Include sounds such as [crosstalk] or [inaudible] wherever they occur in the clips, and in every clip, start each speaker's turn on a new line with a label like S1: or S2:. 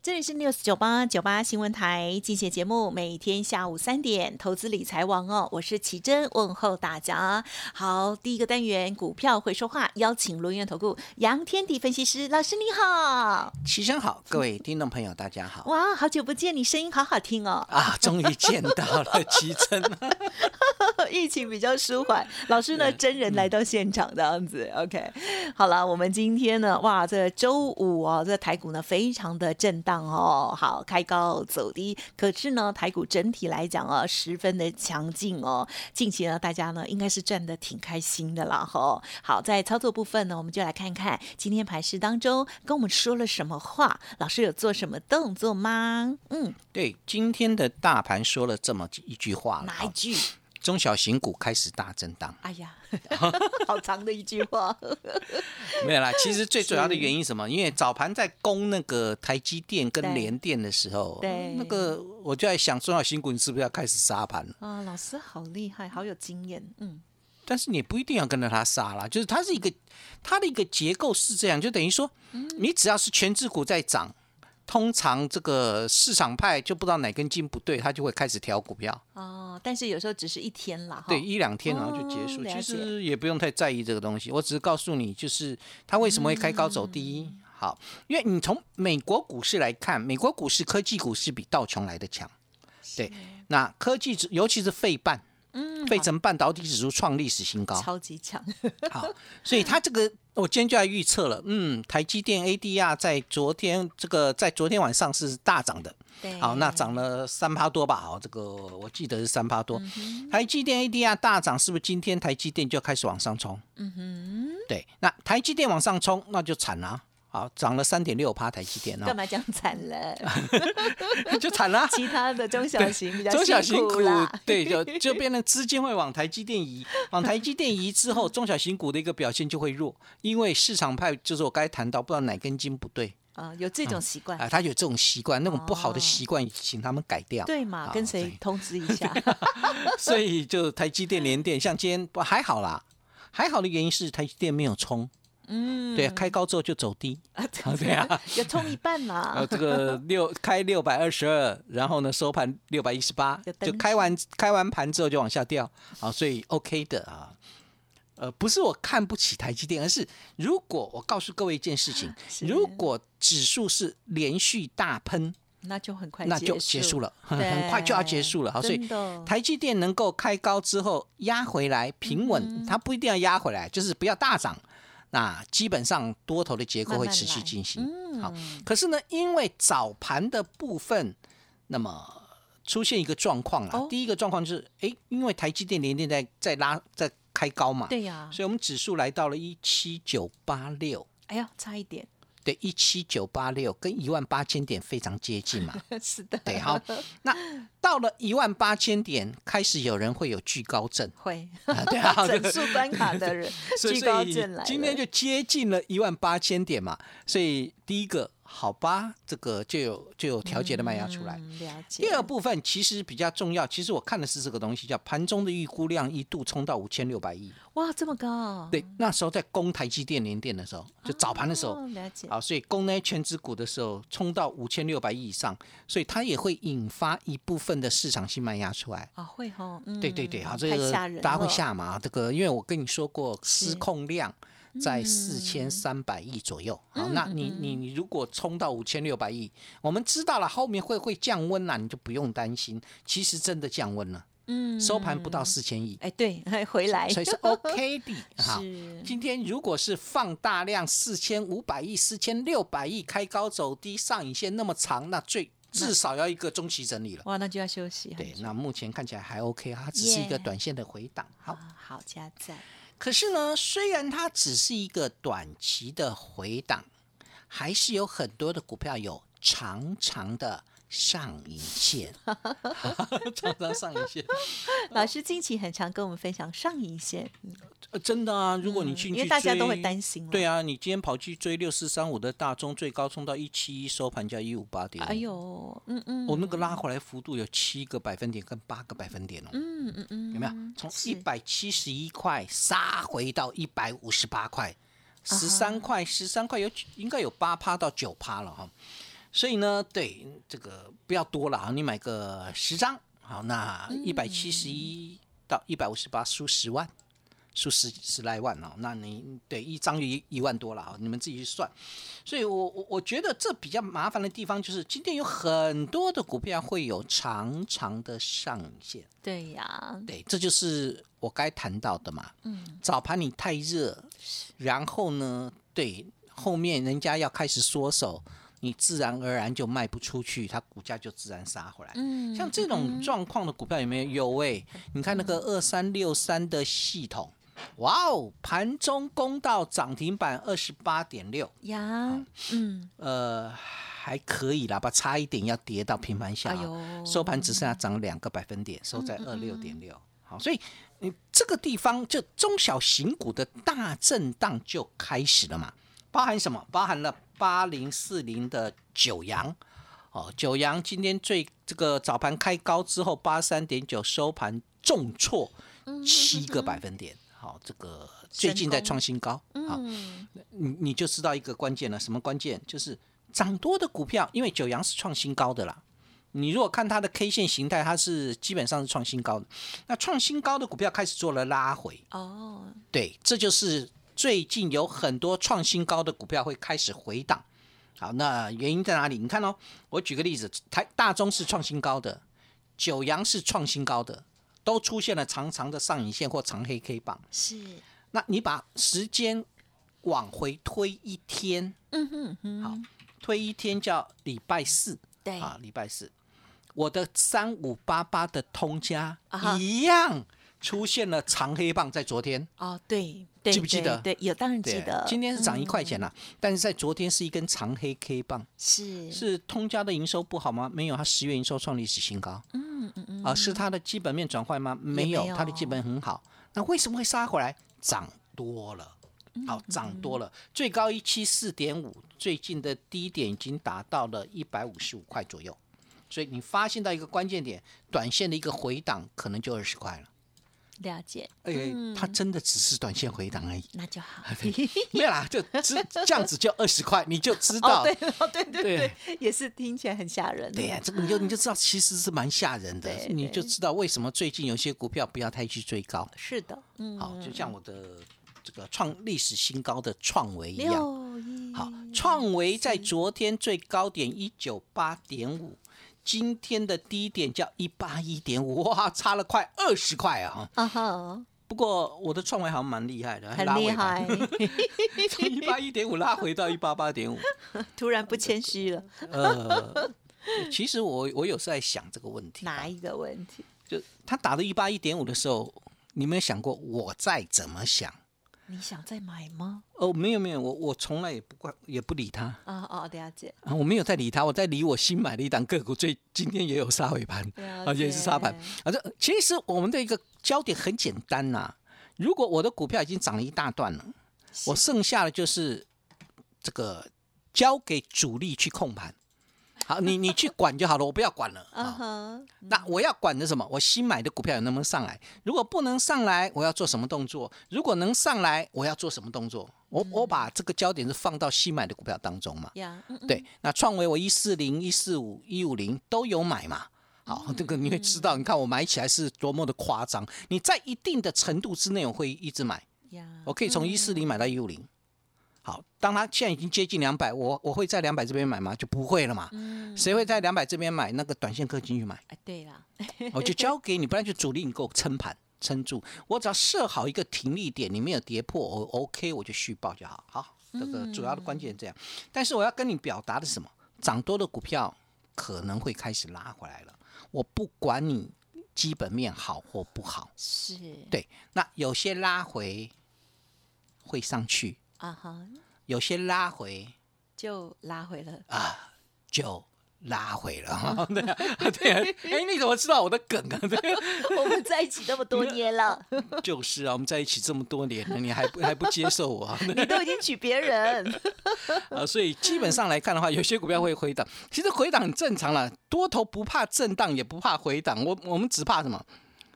S1: 这里是 news 九八九八新闻台，进行节目，每天下午三点，投资理财王哦，我是奇珍，问候大家。好，第一个单元股票会说话，邀请轮源投顾杨天地分析师老师，你好！
S2: 齐声好，各位听众朋友，大家好
S1: 哇，好久不见，你声音好好听哦。
S2: 啊！终于见到了 [laughs] 齐真，
S1: [laughs] 疫情比较舒缓，老师呢真人来到现场这样子。OK，好了，我们今天呢，哇，这周五哦，这台股呢非常的震荡哦，好开高走低，可是呢，台股整体来讲啊，十分的强劲哦。近期呢，大家呢应该是赚的挺开心的啦哈、好，在操作部分呢，我们就来看看今天盘市当中跟我们说了什么话，老师有做什么动作吗？嗯，
S2: 对，今天的大盘说了这么一句话了
S1: 哪一
S2: 啊，
S1: 句？
S2: 中小型股开始大震荡，
S1: 哎呀， [laughs] 好长的一句话。
S2: 没有啦。其实最主要的原因是什么？因为早盘在攻那个台积电跟
S1: 对
S2: 联电的时候，
S1: 对
S2: 那个我就在想，中小型股你是不是要开始杀盘了？
S1: 啊，老师好厉害，好有经验。嗯，
S2: 但是你不一定要跟着它杀啦，就是它是一个它的一个结构是这样，就等于说，
S1: 嗯
S2: 你只要是全指股在涨，通常这个市场派就不知道哪根筋不对，他就会开始调股票，
S1: 哦，但是有时候只是一天啦，哈
S2: 对，一两天然后就结束。
S1: 哦了解
S2: 其实也不用太在意这个东西，我只是告诉你，就是它为什么会开高走低。
S1: 嗯
S2: 好，因为你从美国股市来看，美国股市科技股是比道琼来的强，对。那科技指，尤其是费半，
S1: 嗯，
S2: 费
S1: 好
S2: 城半导体指数创历史新高，
S1: 超级
S2: [laughs]
S1: 强，
S2: 好，所以它这个我今天就来预测了，嗯，台积电 ADR 在昨天这个在昨天晚上是大涨的，
S1: 对，
S2: 好，那涨了三趴多吧，好，这个我记得是三趴
S1: 嗯
S2: 多，台积电 ADR 大涨，是不是今天台积电就开始往上冲？
S1: 嗯哼，
S2: 对，那台积电往上冲，那就惨啦、好，涨了三点六趴，台积
S1: [laughs]
S2: 电
S1: 干
S2: 啊，
S1: 嘛讲惨了？
S2: [laughs] 就惨啦、
S1: 其他的中小型
S2: [laughs]
S1: 比较
S2: 中小型股，
S1: 啦 [laughs]
S2: 对，就就变成资金会往台积电移，往台积电移之后，中小型股的一个表现就会弱，因为市场派就是我刚才谈到，不知道哪根筋不对
S1: 啊，有这种习惯
S2: 啊，，他有这种习惯，那种不好的
S1: 哦
S2: 习惯，请他们改掉。
S1: 对嘛？
S2: 好啊
S1: 跟谁通知一下？
S2: [laughs]
S1: [laughs]
S2: 所以就台积电、联电，像今天不还好啦，还好的原因是台积电没有冲，
S1: 嗯，
S2: 对啊，开高之后就走低，啊对啊，
S1: [laughs] 有冲一半
S2: 呃， [laughs]
S1: 啦，
S2: 这个六开六百二十二，然后呢收盘六百一十八
S1: 有，灯
S2: 就开完开完盘之后就往下掉，啊，所以 OK 的啊。呃，不是我看不起台积电，而是如果我告诉各位一件事情，
S1: 啊是
S2: [laughs] 如果指数是连续大喷，
S1: 那就很快
S2: 那就结束
S1: 了，
S2: 了，很 [laughs] 很快就要结
S1: 对
S2: 束了。好，所以
S1: 真的
S2: 台积电能够开高之后压回来平
S1: 嗯
S2: 稳，它不一定要压回来，就是不要大涨。那基本上多头的结构
S1: 慢
S2: 会
S1: 慢
S2: 持续
S1: 来
S2: 进行。
S1: 嗯，
S2: 好，可是呢，因为早盘的部分，那么出现一个状况啦。
S1: 哦
S2: 第一个状况就是，诶，因为台积电连电在在拉在开高嘛，
S1: 对呀，
S2: 所以我们指数来到了一七九八六，
S1: 哎呀，差一点， [laughs]
S2: 对，一七九八六跟一万八千点非常接近嘛。
S1: 是的，，
S2: 对，好，那到了一万八千点，开始有人会有惧高症 [laughs]
S1: 会
S2: 啊对
S1: [laughs]
S2: 啊，
S1: 整数关卡的人
S2: 所以
S1: 居高症来了，
S2: 今天就接近了一万八千点嘛，所以第一个好吧，这个就有就有调节的卖压出来。
S1: 嗯了解。
S2: 第二部分其实比较重要，其实我看的是这个东西，叫盘中的预估量一度冲到五千六百亿。
S1: 哇，这么高，啊
S2: 对，那时候在攻台积电、联电的时候，就早盘的时候，
S1: 哦了解。
S2: 好，所以公呢全指股的时候冲到五千六百亿以上，所以它也会引发一部分的市场性卖压出来。
S1: 啊，会哈，嗯，
S2: 对对对，好，这
S1: 太
S2: 个
S1: 吓人
S2: 大家会
S1: 了，
S2: 下嘛？这个因为我跟你说过，
S1: 是
S2: 失控量在
S1: 嗯
S2: 四千三百亿左右。好，
S1: 嗯
S2: 那
S1: 嗯
S2: 你你你如果冲到五千六百亿，我们知道了后面会会降温啦，你就不用担心。其实真的降温了，
S1: 嗯
S2: 收盘不到四千亿，
S1: 哎，对，还回来，
S2: 所以是 OK
S1: [laughs]
S2: 的哈。
S1: 是
S2: 今天如果是放大量四千五百亿、四千六百亿开高走低，上影线那么长，那最至少要一个中期整理了。
S1: 哇，那就要休息。
S2: 对，那目前看起来还 OK 啊，它只是一个
S1: Yeah
S2: 短线的回档。好，
S1: 啊，好加赞，
S2: 可是呢，虽然它只是一个短期的回档，还是有很多的股票有长长的上影线， [laughs] 长长上影线，
S1: 老师近期很常跟我们分享上影线，嗯
S2: 呃真的啊。如果你进去追、
S1: 因为大家都会担心嘛
S2: 对啊，你今天跑去追六四三五的大中，最高冲到一七一，收盘价一五八点。
S1: 哎，呦，嗯嗯，
S2: 我、那个拉回来幅度有七个百分点跟八个百分点哦。
S1: 嗯嗯嗯，
S2: 有没有从一百七十一块杀回到一百五十八块，十三块，十三块有应该有八趴到九趴了哈。所以呢，对这个不要多了啊，你买个十张，好，那一百七十一到一百五十八输十万，输十十来万哦，那你对一张就一一万多了啊，你们自己去算。所以我我我觉得这比较麻烦的地方就是，今天有很多的股票会有长长的上影线。
S1: 对呀，
S2: 对，这就是我该谈到的嘛。嗯，早盘你太热，然后呢，对，后面人家要开始缩手，你自然而然就卖不出去，它股价就自然杀回来。
S1: 嗯嗯
S2: 像这种状况的股票有没有？有诶、你看那个二三六三的系统，哇哦，盘中攻到涨停板二十八点六，
S1: 呀，嗯，
S2: 呃，还可以啦吧，差一点要跌到平盘下、
S1: 哎呦嗯
S2: 收盘只剩下涨两个百分点，收在二六点六。好，所以你这个地方就中小型股的大震荡就开始了嘛，包含什么？包含了八零四零的九阳。哦，九阳今天最这个早盘开高之后，八三点九收盘重挫
S1: 嗯
S2: 七个百分点。好，这个最近在创新高。
S1: 嗯
S2: 好，你你就知道一个关键了，什么关键？就是涨多的股票，因为九阳是创新高的啦。你如果看它的 K 线形态，它是基本上是创新高的。那创新高的股票开始做了拉回，
S1: 哦，
S2: 对，这就是最近有很多创新高的股票会开始回档。好，那原因在哪里？你看哦，我举个例子，台大中是创新高的，九阳是创新高的，都出现了长长的上影线或长黑 K 棒。
S1: 是，
S2: 那你把时间往回推一天，
S1: 嗯哼哼，哎
S2: 好，推一天叫礼拜四，
S1: 对
S2: 啊，礼拜四，我的三五八八的通家、
S1: 啊哈
S2: 一样出现了长黑棒，在昨天，
S1: 哦，对对，
S2: 记不记
S1: 对
S2: 得
S1: 对，有当然记
S2: 对
S1: 得，，
S2: 今天是涨一
S1: 嗯
S2: 块钱了，啊但是在昨天是一根长黑 K 棒，
S1: 是
S2: 是通家的营收不好吗？没有，它十月营收创历史新高，
S1: 嗯嗯嗯，
S2: 啊，是它的基本面转坏吗？没
S1: 没
S2: 有，它的
S1: 有
S2: 基本很好。那为什么会杀回来？涨多了，
S1: 嗯
S2: 好，涨多了，最高一七四点五，最近的低点已经达到了一百五十五块左右。所以你发现到一个关键点，短线的一个回档可能就二十块了。
S1: 了解，
S2: 哎、
S1: 嗯
S2: 它真的只是短线回档而
S1: [laughs]
S2: 已，
S1: 那就好。
S2: 没有啦，就只这样子就二十块，你就知
S1: 哦，
S2: 道
S1: 对，哦，对对
S2: 对
S1: 对，也是听起来很吓人。哦
S2: 对呀、这个你就你就知道，其实是蛮吓人的，
S1: 对
S2: 你就
S1: 对
S2: 知道为什么最近有些股票不要太去追高。
S1: 是的，嗯，
S2: 好，就像我的这个创历史新高的创维一样。
S1: 六一
S2: 好，创维在昨天最高点一九八点五，今天的低点叫一八一点五，哇，差了快二十块啊！
S1: 啊哈，
S2: 不过我的创维好像蛮厉害的，
S1: 很
S2: 拉
S1: 厉害，，
S2: [laughs] 从一八一点五拉回到一八八点五。
S1: 突然不谦虚
S2: [laughs]
S1: 了， [laughs]
S2: 呃，其实我我有时候在想这个问题，啊
S1: 哪一个问题？
S2: 就他打到一八一点五的时候，你有没有想过我在怎么想？
S1: 你想再买吗？
S2: 哦，没有没有，我我从来也不管也不理他。
S1: 啊哦，了解，
S2: 啊，我没有在理他，我在理我新买的一档个股，最今天也有杀尾盘，啊，
S1: 了
S2: 也是杀盘
S1: 解。
S2: 啊，这其实我们的一个焦点很简单呐、如果我的股票已经涨了一大段了，我剩下的就是这个交给主力去控盘。好，你你去管就好了，我不
S1: [laughs]
S2: 要管了。
S1: 啊
S2: 啊
S1: 哈，
S2: 那我要管的什么？我新买的股票能不能上来？如果不能上来，我要做什么动作？如果能上来，我要做什么动作？我我把这个焦点是放到新买的股票当中嘛。
S1: 呀，嗯嗯
S2: 对，那创维我一四零、一四五、一五零都有买嘛。好，这个你会知道，你看我买起来是多么的夸张。你在一定的程度之内，我会一直买，
S1: 呀，
S2: 我可以从一四零买到一五零。好，当它现在已经接近两百，我我会在两百这边买吗？就不会了
S1: 嗯
S2: 嘛。谁会在两百这边买？那个短线客进去买，
S1: 哎，对啦，
S2: 我哦就交给你，不然就主力你给我撑盘撑住。我只要设好一个停利点，你没有跌破，我 OK 我就续报就好。好，这个主要的关键这样。但是我要跟你表达的是什么？涨多的股票可能会开始拉回来了。我不管你基本面好或不好，
S1: 是，
S2: 对，那有些拉回会上去，
S1: 啊哈，
S2: 有些拉回
S1: 就拉回了， [laughs]
S2: 啊就拉回了。 [laughs] 哈对啊，对啊，哎，你怎么知道我的梗啊？ [laughs] 对啊，
S1: 我们在一起那么多年了，
S2: [laughs] 就是啊，我们在一起这么多年了，你还不还不接受我啊？ [laughs]
S1: 你都已经娶别人，
S2: 啊，所以基本上来看的话，有些股票会回档，其实回档很正常了，多头不怕震荡，也不怕回档，我我们只怕什么？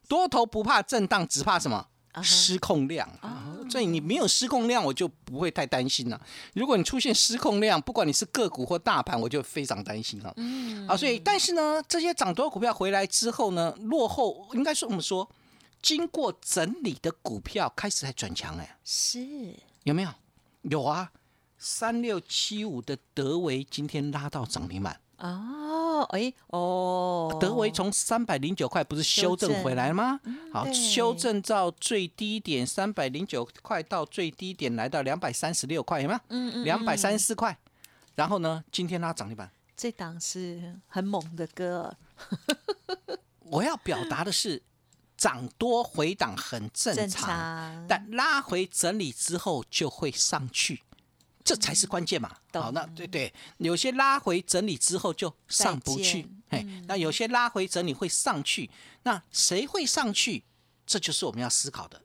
S2: 多头不怕震荡，只怕什么？失控量啊，所以你没有失控量，我就不会太担心了。如果你出现失控量，不管你是个股或大盘，我就非常担心了。嗯，啊，所以但是呢，这些涨多股票回来之后呢，落后应该说我们说，经过整理的股票开始在转强哎、
S1: 是
S2: 有没有？有啊，三六七五的德维今天拉到涨停板，
S1: 哦，哎，哦，
S2: 德维从三百零九块不是修正回来吗？
S1: 嗯
S2: 好，
S1: 对
S2: 修正到最低点三百零九块到最低点来到两百三十六块，有没有？
S1: 嗯嗯
S2: 两百三十四块。然后呢，今天拉涨停板。
S1: 这档是很猛的歌，
S2: 我要表达的是，涨多回档很正
S1: 正
S2: 常，
S1: 常，
S2: 但拉回整理之后就会上去，这才是关键嘛。
S1: 懂
S2: 好，那对对，有些拉回整理之后就上不
S1: 再
S2: 去
S1: 见，嗯
S2: 哎，那有些拉回整理会上去，那谁会上去？这就是我们要思考的，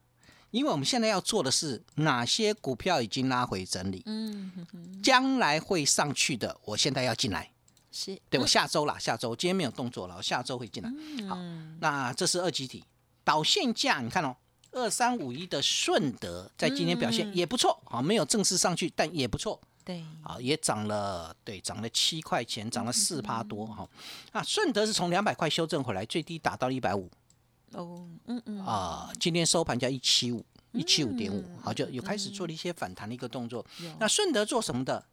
S2: 因为我们现在要做的是哪些股票已经拉回整理，
S1: 嗯，
S2: 将来会上去的，我现在要进来。
S1: 是
S2: 对我下周啦，下周今天没有动作了，我下周会进来。嗯
S1: 嗯
S2: 好，那这是二级体导线价，你看哦，二三五一的顺德在今天表现也不错，好，没有正式上去，但也不错，
S1: 对，
S2: 好，也涨了，对，涨了七块钱，涨了四趴多哈。啊，顺德是从两百块修正回来，最低打到一百五
S1: 哦，嗯嗯，
S2: 啊，今天收盘价一七五，一七五点五，好，就有开始做了一些反弹的一个动作。
S1: 嗯
S2: 那顺德做什么的？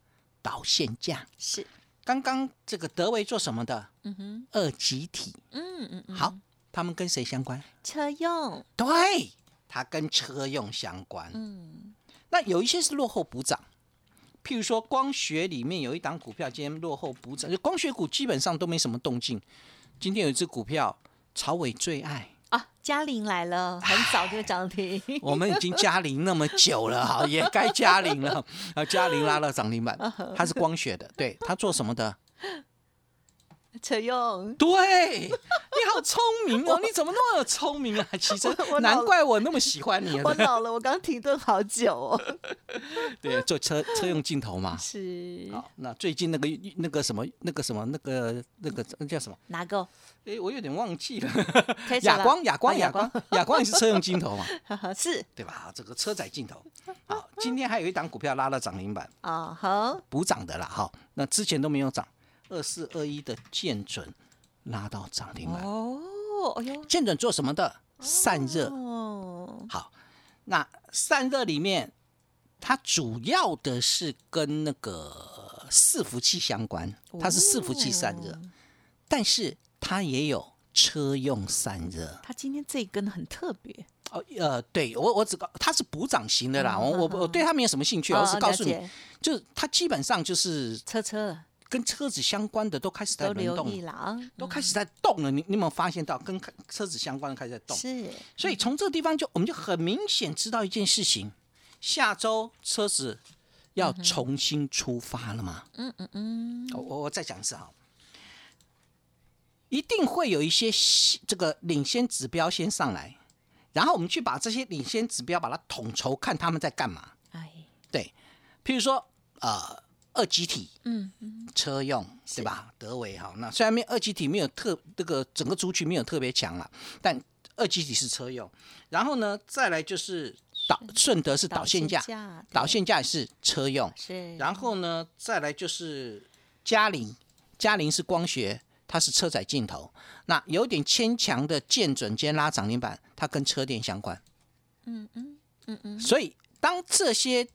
S2: 导线价。
S1: 是，
S2: 刚刚这个德维做什么的？
S1: 嗯哼，
S2: 二级体。
S1: 嗯嗯嗯，
S2: 好，他们跟谁相关？
S1: 车用，
S2: 对，它跟车用相关。
S1: 嗯，
S2: 那有一些是落后补涨，譬如说光学里面有一档股票今天落后补涨，就光学股基本上都没什么动静。今天有一只股票，朝伟最 [laughs] 爱，
S1: 啊，嘉玲来了，很早就涨停， [laughs]
S2: 我们已经加零那么久了，哈，也该加零 [laughs] 了。啊，加零拉了涨停板，它是光学的，对，它做什么的？
S1: 车用，
S2: [laughs] 对，你好聪明 [laughs] 哦，你怎么那么聪明啊？其实
S1: 我脑
S2: 难怪我那么喜欢你啊。
S1: 我老了，我刚停顿好久
S2: [laughs]
S1: 哦，
S2: 对，做车车用镜头嘛。
S1: 是，
S2: 好，那最近那个那个什么那个什么那个那个那叫什么？
S1: 哪个？
S2: 哎，我有点忘记了。 [laughs]
S1: Tesla
S2: 哑光，哑光，
S1: 啊
S2: 哑光，哑光也是车用镜 [laughs] 头嘛，
S1: 哈哈是
S2: 对吧？这个车载镜头。好，今天还有一档股票拉了涨停板，
S1: 啊，好，
S2: 补涨的啦。哈，那之前都没有涨，二四二一的建准拉到涨停板。
S1: 哦，哎呦，
S2: 建准做什么的？散热。
S1: 哦，
S2: 好，那散热里面，它主要的是跟那个伺服器相关，它是伺服器散热，
S1: 哦
S2: 但是它也有车用散热。
S1: 他今天这一根很特别，
S2: 哦，呃，对我我只告它是补涨型的啦，我我我对它没有什么兴趣，我
S1: 哦
S2: 是告诉你
S1: 了解，
S2: 就是它基本上就是
S1: 车车了
S2: 跟车子相关的都开始在
S1: 都
S2: 轮
S1: 留意
S2: 动，
S1: 了啊，
S2: 都开始在动了。你你有没有发现到跟车子相关的开始在动？
S1: 是
S2: 所以从这个地方就我们就很明显知道一件事情：下周车子要重新出发了嘛？嗯嗯嗯。我我再讲一次哈，一定会有一些西这个领先指标先上来，然后我们去把这些领先指标把它统筹，看他们在干嘛。
S1: 哎，
S2: 对，譬如说呃二级体，
S1: 嗯
S2: 车用对吧？德维哈，那虽然没有二级体没有特这个整个族群没有特别强了，但二级体是车用。然后呢，再来就是导顺德是导线架，
S1: 架
S2: 导线架也是车用。
S1: 是，
S2: 然后呢，再来就是嘉陵，嘉陵是光学，它是车载镜头。那有点牵强的剑准今天拉涨停板，它跟车电相关。嗯嗯嗯嗯。所以当这些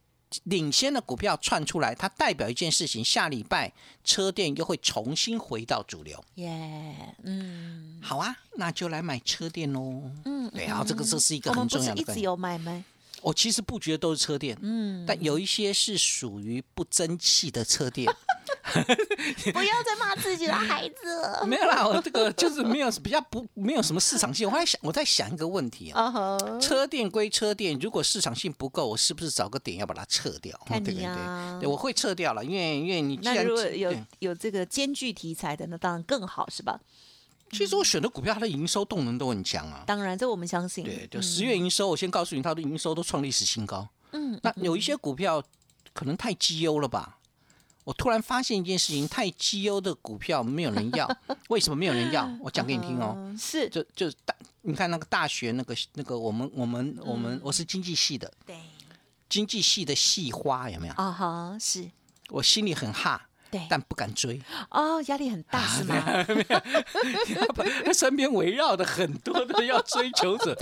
S2: 领先的股票窜出来，它代表一件事情：下礼拜车电又会重新回到主流。
S1: 耶，嗯
S2: 好啊，那就来买车电喽。
S1: 嗯，
S2: 对，然后这个这是一个
S1: 我
S2: 很
S1: 们不
S2: 重
S1: 是
S2: 要的
S1: 一
S2: 概
S1: 直
S2: 念。
S1: 有
S2: [laughs]
S1: 买卖，
S2: 我其实布局的都是车电，
S1: 嗯，
S2: 但有一些是属于不争气的车电。
S1: 不要再骂自己的孩子了。
S2: [laughs] 没有啦，我这个就是没有比较不没有什么市场性。我还想我在想一个问题啊，
S1: 啊
S2: [laughs]
S1: 哈，
S2: 车店归车店，如果市场性不够，我是不是找个点要把它撤掉？
S1: 看
S2: 对
S1: 你
S2: 对
S1: 啊
S2: 对，对我会撤掉了，因为因为你既
S1: 那
S2: 然
S1: 如果有
S2: 对
S1: 有这个兼具题材的，那当然更好，是吧？
S2: 其
S1: 嗯
S2: 实我选的股票，它的营收动能都很强啊。
S1: 当然，这我们相信。
S2: 对，就十月营收，我先告诉你，它的营收都创历史新高。
S1: 嗯，
S2: 那有一些股票可能太绩优了吧？我突然发现一件事情，太绩优的股票没有人
S1: [laughs]
S2: 要，为什么没有人要？我讲给你听哦。
S1: 嗯，是，
S2: 就就是大，你看那个大学那个那个我们我们我们我是经济系的，
S1: 对，
S2: 经济系的系花有没有？
S1: 啊哈，是，
S2: 我心里很哈，
S1: 对，
S2: 但啊不敢追，
S1: 哦，压力很大是吗？
S2: [laughs] 身边围绕的很多的要追求者，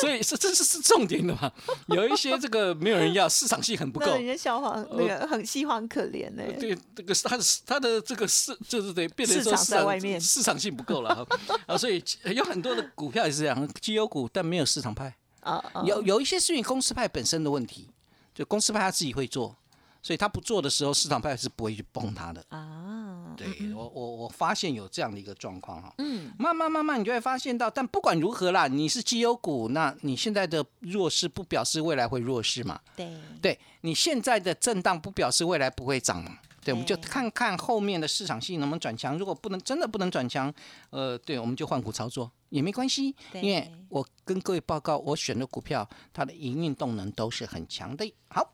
S2: 所以是这是是重点的嘛？有一些这个没有人要，市场性很不
S1: 那
S2: 够呃
S1: 人。家小黄那个很西黄可怜呢、
S2: 对，这个是它的它的这个市就是得变成
S1: 市
S2: 说
S1: 场在外面
S2: 市场性不够了啊啊，所以有很多的股票也是这样，绩优股但没有市场派。
S1: 啊啊，
S2: 有有一些是因为公司派本身的问题，就公司派他自己会做，所以他不做的时候，市场派是不会去崩他的。
S1: 啊，
S2: 对我我我发现有这样的一个状况哈，
S1: 嗯，
S2: 慢慢慢慢你就会发现到，但不管如何啦，你是绩优股，那你现在的弱势不表示未来会弱势嘛？
S1: 对，
S2: 对你现在的震荡不表示未来不会涨嘛？对，我们就
S1: 对
S2: 看看后面的市场性能不能转强。如果不能，真的不能转强，呃，对，我们就换股操作也没关系，
S1: 对
S2: 因为我跟各位报告，我选的股票它的营运动能都是很强的。好。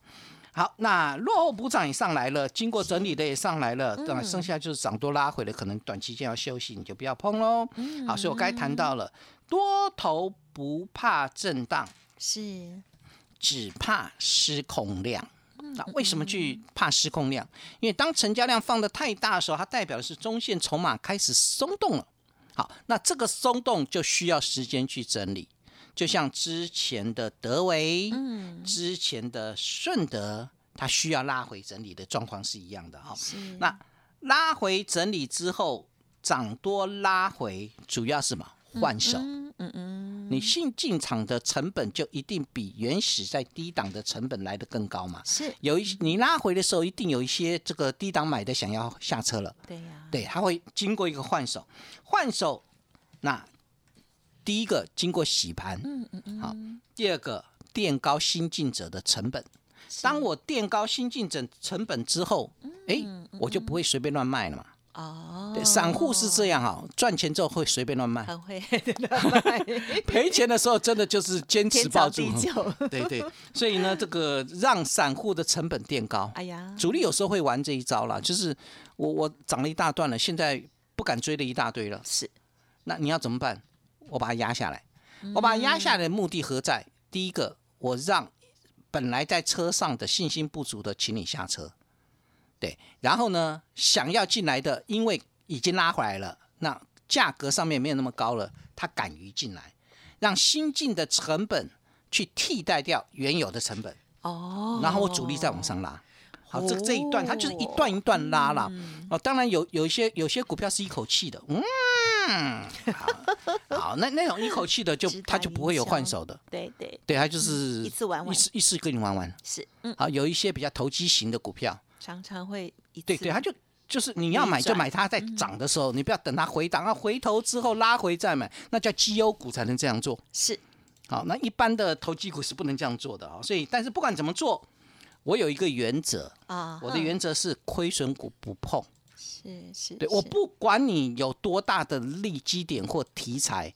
S2: 好，那落后补涨也上来了，经过整理的也上来了，
S1: 嗯
S2: 那、剩下就是涨多拉回的，可能短期间要休息，你就不要碰喽。
S1: 嗯
S2: 好，所以我该谈到了多头不怕震荡，
S1: 是，
S2: 只怕失控量。啊，为什么去怕失控量？因为当成交量放的太大的时候，它代表的是中线筹码开始松动了。好，那这个松动就需要时间去整理，就像之前的德维，
S1: 嗯，
S2: 之前的顺德，它需要拉回整理的状况是一样的哈、
S1: 是，
S2: 那拉回整理之后，涨多拉回，主要是什么？换手。
S1: 嗯嗯嗯，
S2: 你新进场的成本就一定比原始在低档的成本来得更高嘛？
S1: 是，
S2: 有一你拉回的时候，一定有一些这个低档买的想要下车了，
S1: 对呀、
S2: 对，它会经过一个换手，换手，那第一个经过洗盘，
S1: 嗯嗯嗯，
S2: 好，第二个垫高新进者的成本。当我垫高新进者成本之后，诶，我就不会随便乱卖了嘛。
S1: 嗯哦，
S2: 对，散户是这样哈，赚钱之后会随便乱卖，
S1: 很
S2: [laughs]
S1: 会 [laughs] 乱卖，
S2: 赔钱的时候真的就是坚持
S1: [laughs] 天
S2: 抱
S1: 长
S2: 住
S1: 地。久。
S2: 对对，所以呢，这个让散户的成本垫高，
S1: 哎呀，
S2: 主力有时候会玩这一招啦，就是我我涨了一大段了，现在不敢追了一大堆了，
S1: 是
S2: 那你要怎么办？我把它压下来，我把它压下来的目的何在？第一个，我让本来在车上的信心不足的，请你下车，对，然后呢，想要进来的，因为已经拉回来了，那价格上面没有那么高了，他敢于进来，让新进的成本去替代掉原有的成本。
S1: 哦，
S2: 然后我主力再往上拉。好，这
S1: 哦嗯
S2: 这一段它就是一段一段拉啦。哦，当然有有一些有些股票是一口气的，嗯，好，好那那种一口气
S1: [laughs]
S2: 的就
S1: 直达
S2: 它就不会有
S1: 营销
S2: 换手的，
S1: 对对
S2: 对，它就是
S1: 一次玩完
S2: 一次一次跟你玩完。
S1: 是，嗯，
S2: 好，有一些比较投机型的股票，
S1: 常常会一次
S2: 对对，它就就是你要买
S1: 逆
S2: 就
S1: 转
S2: 买它在涨的
S1: 嗯
S2: 时候，你不要等它回档，它啊回头之后拉回再买，那叫绩优股才能这样做。
S1: 是
S2: 好，那一般的投机股是不能这样做的啊、所以但是不管怎么做，我有一个原则，
S1: 啊，
S2: 我的
S1: 哼
S2: 原则是亏损股不碰，
S1: 是是，
S2: 对我
S1: 是
S2: 不管你有多大的利基点或题材，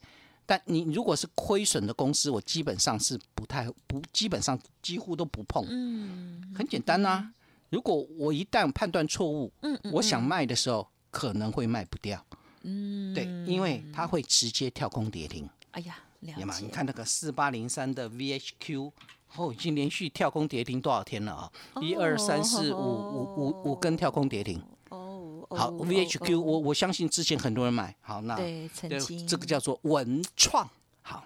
S2: 但你如果是亏损的公司，我基本上是不太不，基本上几乎都不碰。
S1: 嗯
S2: 很简单啊，如果我一旦判断错误，
S1: 嗯嗯，
S2: 我想卖的时候可能会卖不掉，
S1: 嗯，
S2: 对，因为它会直接跳空跌停。
S1: 哎呀，了
S2: 也嘛，
S1: 解，
S2: 你看那个四八零三的 VHQ，哦，已经连续跳空跌停多少天了啊？一二三四五五五五根跳空跌停。
S1: 哦，
S2: 好
S1: 哦
S2: ，VHQ，
S1: 哦
S2: 我我相信之前很多人买，好，那
S1: 对曾
S2: 啊对
S1: 经
S2: 这个叫做文创，好，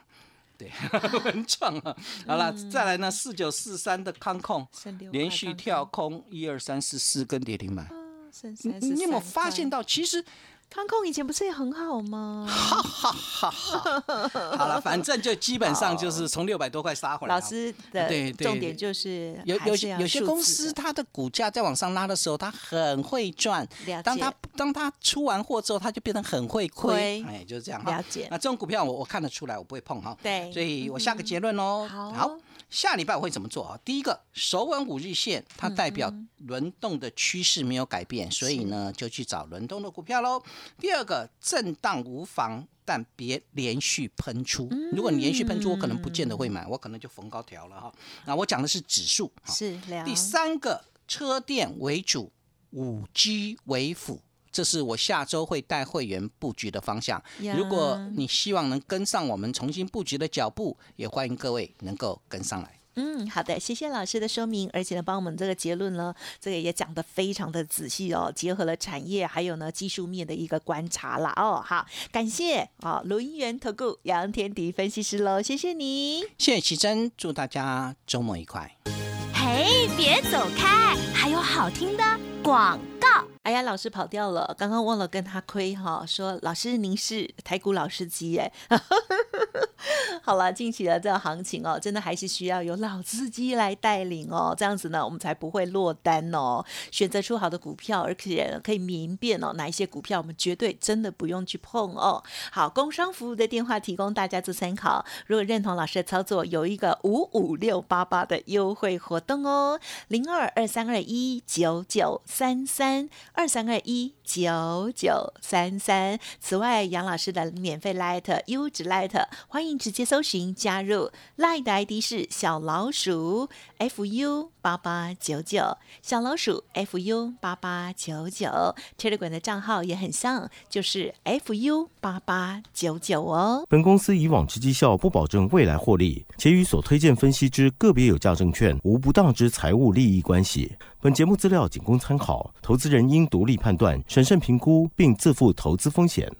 S2: 对， [laughs] 文创啊。好了，
S1: 嗯
S2: 再来呢，四九四三的康控
S1: 剩六块
S2: 连续
S1: 康控
S2: 跳空一二三四四根跌停板，
S1: 剩
S2: 你
S1: 三十，
S2: 你有没有发现？到
S1: [laughs]
S2: 其实？
S1: 康控以前不是也很好吗？
S2: 好了，反正就基本上就是从六百多块杀回来啊。
S1: 老师的
S2: 对对
S1: 重点就是
S2: 有
S1: 还
S2: 有
S1: 是
S2: 些
S1: 要
S2: 有些
S1: 数
S2: 公
S1: 字
S2: 司
S1: 的
S2: 它的股价在往上拉的时候，它很会赚
S1: 了。
S2: 当
S1: 解
S2: 它当它出完货之后，它就变得很会亏。
S1: 亏
S2: 哎，就是这样哈。
S1: 了解
S2: 那这种股票我我看得出来，我不会碰哈。
S1: 对
S2: 所以我下个结论喽。
S1: 哎嗯好
S2: 下礼拜我会怎么做啊？第一个，首稳五日线，它代表
S1: 嗯
S2: 轮动的趋势没有改变，所以呢就去找轮动的股票喽。第二个，震荡无妨。但别连续喷出，
S1: 嗯
S2: 如果你连续喷出，我可能不见得会买，我可能就逢高调了哈。那我讲的是指数，哈
S1: 是啊了
S2: 第三个，车电为主，五 G 为辅。这是我下周会带会员布局的方向。
S1: 呀
S2: 如果你希望能跟上我们重新布局的脚步，也欢迎各位能够跟上来。
S1: 嗯，好的，谢谢老师的说明，而且呢，帮我们这个结论呢，这个也讲得非常的仔细哦，结合了产业还有呢技术面的一个观察啦哦。好，感谢啊、哦，轮源投顾杨天迪分析师喽，谢谢你。
S2: 谢谢奇珍，祝大家周末愉快。
S3: 嘿，别走开，还有好听的广告。
S1: 哎呀，老师跑掉了，刚刚忘了跟他亏哈，说老师您是台股老司机耶。 [laughs] 好了，近期的这个行情哦，真的还是需要有老司机来带领哦，这样子呢，我们才不会落单哦，选择出好的股票，而且可以明辨哦哪一些股票我们绝对真的不用去碰哦。好，工商服务的电话提供大家做参考，如果认同老师的操作，有一个五五六八八的优惠活动哦，零二二三二一九九三三二三二一九九三三。此外，杨老师的免费 Light 优质 Light，欢迎直接搜寻加入，Light 的 ID 是小老鼠 fu 八八九九，小老鼠 fu 八八九九，Telegram 的账号也很像，就是 fu 八八九九哦。
S4: 本公司以往之绩效不保证未来获利，且与所推荐分析之个别有价证券无不当之财务利益关系。本节目资料仅供参考，投资人应独立判断、审慎评估，并自负投资风险。